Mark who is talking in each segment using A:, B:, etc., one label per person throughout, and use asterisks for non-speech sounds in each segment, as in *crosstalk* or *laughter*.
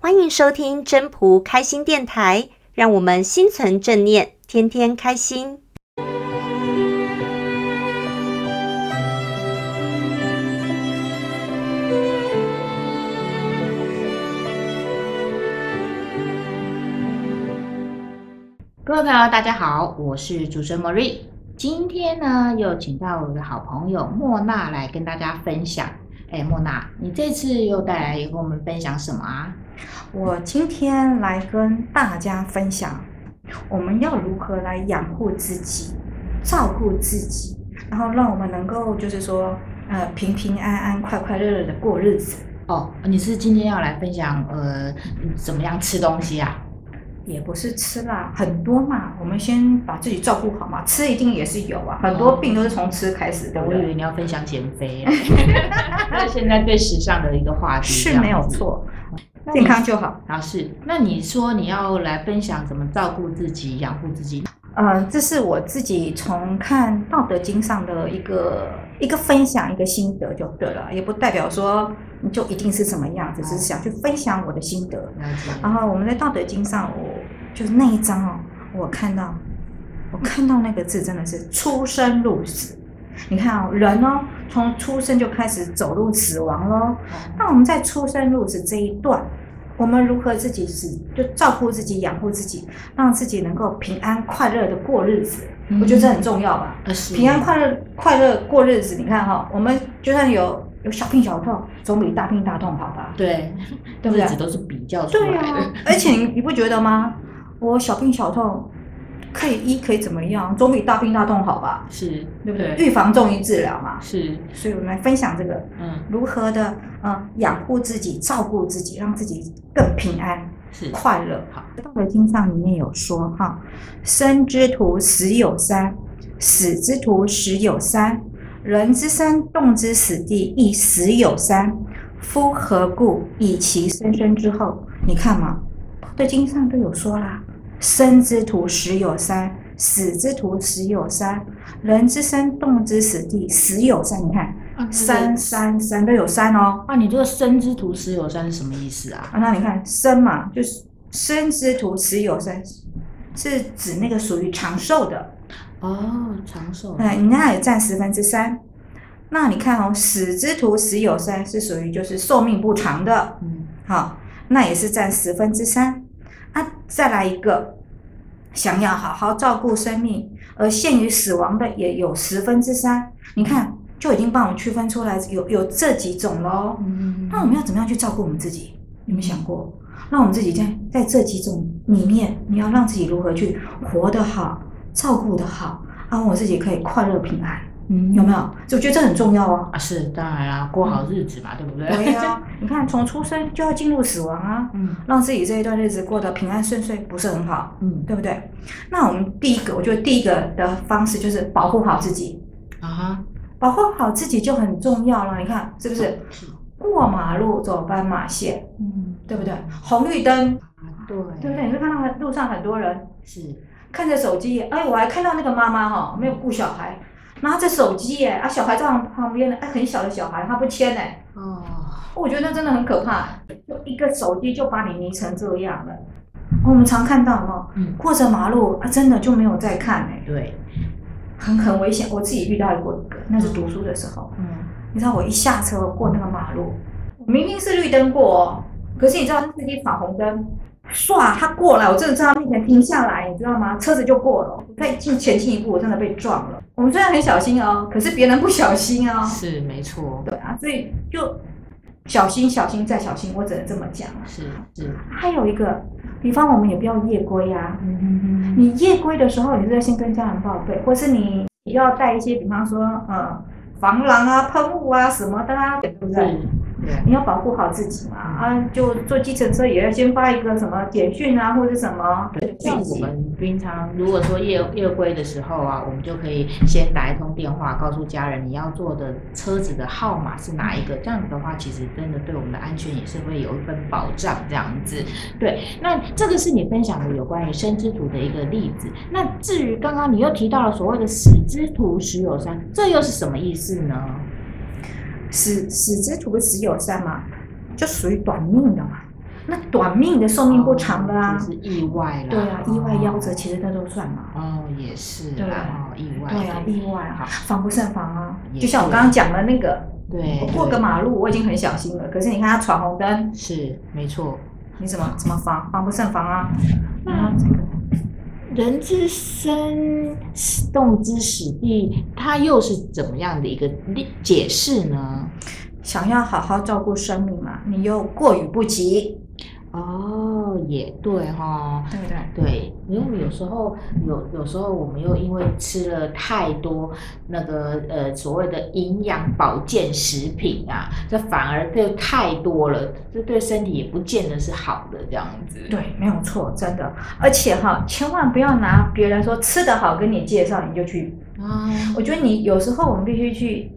A: 欢迎收听真仆开心电台，让我们心存正念，天天开心。
B: 各位朋友，大家好，我是主持人 Marie。今天呢，又请到我的好朋友莫娜来跟大家分享。哎，莫娜，你这次又带来跟我们分享什么啊？
C: 我今天来跟大家分享，我们要如何来养护自己、照顾自己，然后让我们能够就是说，呃，平平安安、快快乐乐的过日子，
B: 哦，你是今天要来分享呃怎么样吃东西啊？
C: 也不是吃啦，很多嘛。我们先把自己照顾好嘛，吃一定也是有啊，很多病都是从吃开始，对不啊
B: 我以
C: 对？
B: 为你要分享减肥、
C: *laughs*
B: 啊，这是现在最时尚的一个话题
C: 是没有。错，健康就好。
B: 老师，那你说你要来分享怎么照顾自己、养护自己？
C: 呃，这是我自己从看《道德经》上的一个一个分享，一个心得就对了，也不代表说你就一定是什么样，只是想去分享我的心得。
B: 了解
C: 然后我们在《道德经》上，我就是那一章哦，我看到我看到那个字真的是出生入死。你看哦，人哦，从出生就开始走入死亡喽。
B: 嗯
C: 那我们在出生入死这一段，我们如何自己是就照顾自己、养护自己，让自己能够平安快乐的过日子？
B: 嗯
C: 我觉得这很重要吧。
B: 呃是
C: 平安快乐快乐过日子，你看哈、我们就算有有小病小痛，总比大病大痛好吧？
B: 对，
C: 对不对
B: 日子都是比较出
C: 对
B: 来
C: 啊
B: 的。，
C: 而且你你不觉得吗？我小病小痛可以医，可以怎么样，总比大病大痛好吧？
B: 是，
C: 对不对？预防重于治疗嘛。
B: 是，
C: 所以我们来分享这个
B: 嗯，
C: 如何的呃养护自己、照顾自己，让自己更平安、
B: 是，
C: 快乐。
B: 好，
C: 《道德经》上里面有说哈，生之徒死有三，死之徒十有三，人之生，动之死地，亦死有三。夫何故？以其生生之后。你看嘛，《道德经》上都有说啦，生之徒十有三，死之徒十有三，人之生，动之死地，死有三。你看，三三三都有三哦。
B: 啊，你这个生之徒十有三是什么意思啊？
C: 啊，那你看生嘛，就是生之徒死有三，是指那个属于长寿的，
B: 哦，长寿。
C: 哎，你那也占十分之三。那你看哦，死之徒死有三，是属于就是寿命不长的，
B: 嗯，
C: 好，那也是占十分之三。啊，再来一个，想要好好照顾生命而陷于死亡的也有十分之三。你看，就已经帮我们区分出来有有这几种哦喽。
B: 嗯
C: 那我们要怎么样去照顾我们自己？你们想过，那我们自己在在这几种里面，你要让自己如何去活得好，照顾得好，让我自己可以快乐平安，
B: 嗯
C: 有没有？所以我觉得这很重要啊。
B: 啊？是，当然啦，过好日子嘛，对不对？
C: 对呀、你看从出生就要进入死亡啊，
B: 嗯
C: 让自己这一段日子过得平安顺遂，不是很好，
B: 嗯
C: 对不对？那我们第一个，我觉得第一个的方式就是保护好自己，
B: 啊哈，
C: 保护好自己就很重要了。你看是不是？
B: 是，
C: 过马路走斑马线，
B: 嗯，
C: 对不对？红绿灯
B: 啊对，
C: 对不对？你会看到很路上很多人
B: 是，
C: 看着手机耶，哎，我还看到那个妈妈哈、没有顾小孩，拿着手机耶，啊，小孩在旁旁边呢，哎，很小的小孩，他不牵哎，
B: 哦，
C: 我觉得那真的很可怕，就一个手机就把你迷成这样了。我们常看到哦，
B: 嗯
C: 过着马路啊，真的就没有在看哎，
B: 对，
C: 很很危险。我自己遇到过一个，那是读书的时候，
B: 嗯，
C: 你知道我一下车过那个马路，明明是绿灯过哦，可是你知道那司机闯红灯，唰，他过来，我真的在他面前停下来，你知道吗？车子就过了，我再进前进一步，我真的被撞了。我们虽然很小心哦，可是别人不小心哦，
B: 是没错，
C: 对啊，所以就小心、小心再小心，我只能这么讲啊。
B: 是是，
C: 还有一个，比方我们也不要夜归啊，
B: 嗯
C: 你夜归的时候，你是要先跟家人报备，或是你要带一些，比方说呃防狼啊、喷雾啊什么的啊，对不
B: 是，
C: 对？
B: 对，
C: 你要保护好自己嘛，啊，就坐计程车也要先发一个什么简讯啊，或者什么
B: 对，
C: 讯
B: 像我
C: 息。
B: 们平常如果说夜夜归的时候啊，我们就可以先打一通电话，告诉家人你要坐的车子的号码是哪一个。这样子的话，其实真的对我们的安全也是会有一份保障。这样子，对。那这个是你分享的有关于生之徒的一个例子。那至于刚刚你又提到了所谓的死之徒十有三，这又是什么意思呢？
C: 死死之徒死有三嘛，就属于短命的嘛。那短命的寿命不长的啊
B: 哦就，是意外啦。
C: 对啊，意外夭折
B: 哦
C: 其实它都算嘛。
B: 哦，也是啦，
C: 对啊
B: 哦，意外，
C: 对啊，意外啊，防不胜防啊。
B: 也
C: 就像我刚刚讲的那个，
B: 对，
C: 我过个马路我已经很小心了，可是你看他闯红灯
B: 对，是没错。
C: 你怎么怎么防？防不胜防啊。
B: 那
C: 嗯这个
B: 人之生，动之死地，它又是怎么样的一个理解释呢？
C: 想要好好照顾生命嘛，你又过于不及，
B: 哦，也对哈、
C: 对不对？
B: 对，因为有时候有有时候我们又因为吃了太多那个呃所谓的营养保健食品啊，这反而就太多了，这对身体也不见得是好的这样子。
C: 对，没有错，真的。而且哈，千万不要拿别人说吃得好跟你介绍你就去。
B: 啊，
C: 我觉得你有时候我们必须去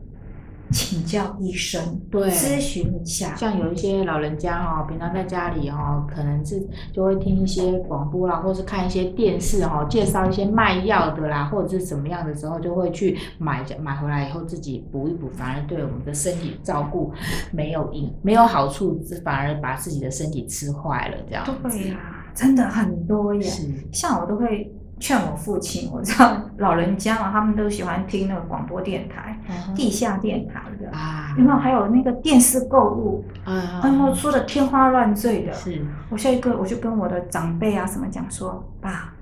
C: 请教医生，
B: 对
C: 咨询一下。
B: 像有一些老人家哦，平常在家里哦，可能是就会听一些广播啦，或是看一些电视哦，介绍一些卖药的啦，或者是怎么样的时候，就会去买买回来以后自己补一补，反而对我们的身体照顾没有影没有好处，反而把自己的身体吃坏了这样子。
C: 对呀、啊真的很多耶。
B: 是
C: 像我都会劝我父亲，我知道老人家嘛，他们都喜欢听那个广播电台、地下电台的，
B: 啊，
C: 然后还有那个电视购物，
B: 啊，
C: 然后说的天花乱坠的。
B: 是
C: 我下一个我就跟我的长辈啊什么讲说，爸，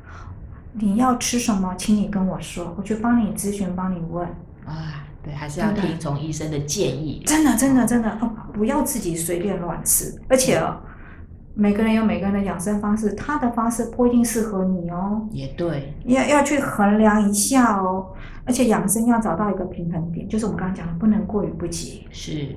C: 你要吃什么，请你跟我说，我去帮你咨询，帮你问。
B: 啊，对，还是要
C: 真的
B: 听从医生的建议。
C: 真的，真的，真的，哦，不要自己随便乱吃，而且哦，每个人有每个人的养生方式，他的方式不一定适合你哦，
B: 也对，
C: 要要去衡量一下哦。而且养生要找到一个平衡点，就是我们刚刚讲的，不能过于不及，
B: 是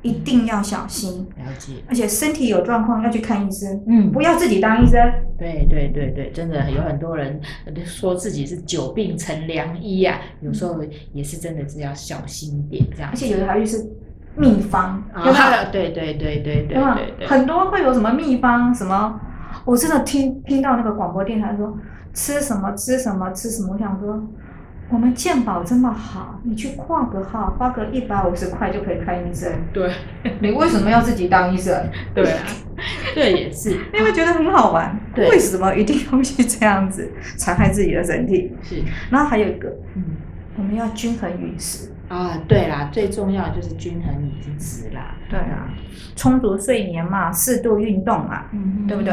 C: 一定要小心。
B: 了解。
C: 而且身体有状况要去看医生，
B: 嗯
C: 不要自己当医生。
B: 对对对对，真的有很多人呃说自己是久病成良医啊，有时候也是真的是要小心一点这样
C: 嗯而。且有的还会是秘方，有没有
B: 啊，对对对对对
C: 对吧
B: 对？对，
C: 很多会有什么秘方什么，我真的听听到那个广播电台说吃什么吃什么吃什么，我想说我们健保这么好，你去挂个号，花个一百五十块就可以看医生，
B: 对
C: *laughs* 你为什么要自己当医生？
B: 对啊，对也是
C: 你会觉得很好玩，
B: 对
C: 为什么一定要去这样子残害自己的身体？
B: 是，
C: 然后还有一个，
B: 嗯
C: 我们要均衡饮食，
B: 啊，对啦，最重要的就是均衡饮食啦，
C: 对啊，充足睡眠嘛，适度运动嘛，
B: 嗯
C: 对不对？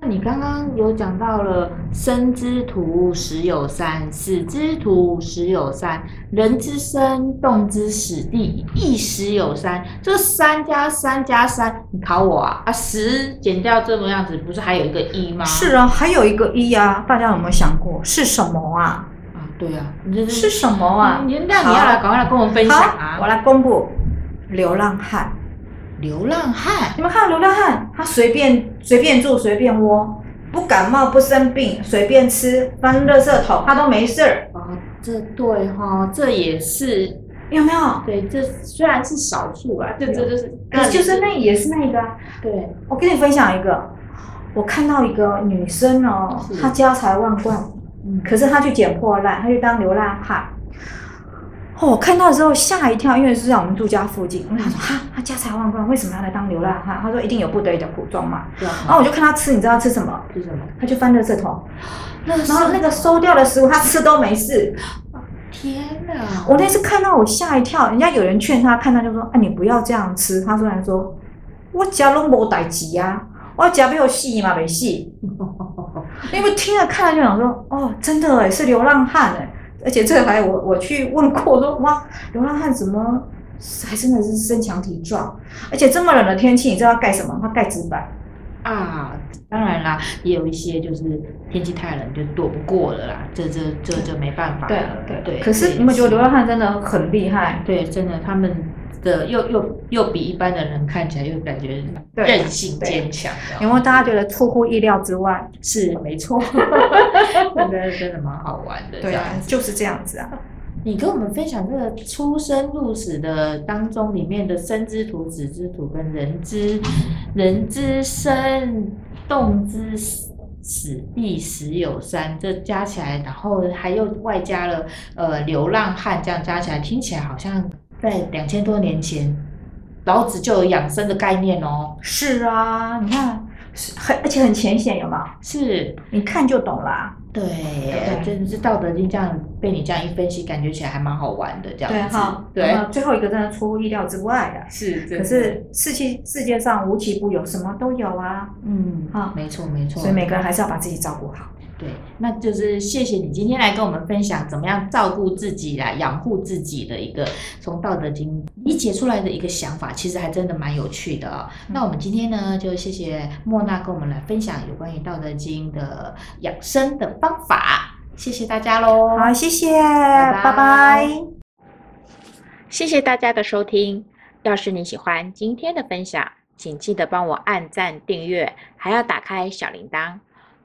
B: 那你刚刚有讲到了生之徒十有三，死之徒十有三，人之生，动之死地，亦十有三。这三加三加三，你考我啊？啊，十减掉这么样子，不是还有一个一吗？
C: 是啊，还有一个一啊，大家有没有想过是什么啊？
B: 啊，对啊，你这
C: 是什么啊？
B: 嗯你那你要来，赶快来跟我们分享
C: 好，我
B: 啊！
C: 来公布，流浪汉。
B: 流浪汉
C: 你们看流浪汉，他随便随便住随便窝，不感冒不生病，随便吃翻垃圾桶他都没事儿，
B: 啊，这对哈、这也是
C: 有没有？
B: 对，这虽然是少数啊，这这就是，
C: 可是就是那也是那个啊。
B: 对，
C: 我跟你分享一个，我看到一个女生哦
B: 是，
C: 她家财万贯，
B: 嗯
C: 可是他去捡破烂，他去当流浪汉。哦，我看到的时候吓一跳，因为是在我们住家附近。我想说，哈，他家财万贯，为什么要来当流浪汉？他说一定有不得已的苦衷嘛。
B: 对啊
C: 然后我就看他吃，你知道他吃什么？
B: 是什么？
C: 他就翻垃圾桶，
B: 那
C: 然后那个收掉的食物他吃都没事。
B: 天哪！
C: 我那次看到我吓一跳，人家有人劝他，看他就说，啊，你不要这样吃。他突然说，我家拢无代志啊，我家没有戏嘛，没戏。因为听了看了就想说，哦，真的哎，是流浪汉哎，而且这还我我去问过，我说哇，流浪汉怎么还真的是身强体壮，而且这么冷的天气，你知道他盖什么？他盖纸板。
B: 啊，当然啦，也有一些就是天气太冷就躲不过了啦，这这这就没办法了。对。
C: 可是
B: 这
C: 你们觉得流
B: 也
C: 浪汉真的很厉害？
B: 对，真的他们的又又又比一般的人看起来又感觉
C: 对
B: 韧性
C: 对
B: 坚强的，哦
C: 有没有大家觉得出乎意料之外？
B: 是没 *laughs* 错，真的真的蛮好玩的。这样子
C: 啊就是这样子啊。
B: 你跟我们分享这个出生入死的当中里面的生之徒、子之徒跟人之人之生、动之死、死地死有三，这加起来，然后还又外加了呃流浪汉，这样加起来听起来好像在两千多年前老子就有养生的概念哦。
C: 是啊，你看，是很而且很浅显，有没有？
B: 是，
C: 你看就懂啦、
B: 对
C: 对，
B: 真的是《道德经》这样被你这样一分析，感觉起来还蛮好玩的这
C: 对
B: 样子
C: 哈。，
B: 对
C: 然，后最后一个真的出乎意料之外啊的。
B: 是，真
C: 可
B: 的
C: 是世界世界上无奇不有，什么都有啊，
B: 嗯，
C: 哈
B: 没错没错，
C: 所以每个人还是要把自己照顾好。
B: 对，那就是谢谢你今天来跟我们分享怎么样照顾自己啦、养护自己的一个从《道德经》理解出来的一个想法，其实还真的蛮有趣的哦、
C: 嗯
B: 那我们今天呢，就谢谢莫娜跟我们来分享有关于《道德经》的养生的方法，谢谢大家喽。
C: 好，谢谢，
B: 拜
C: 拜拜
A: 谢谢大家的收听。要是你喜欢今天的分享，请记得帮我按赞、订阅，还要打开小铃铛。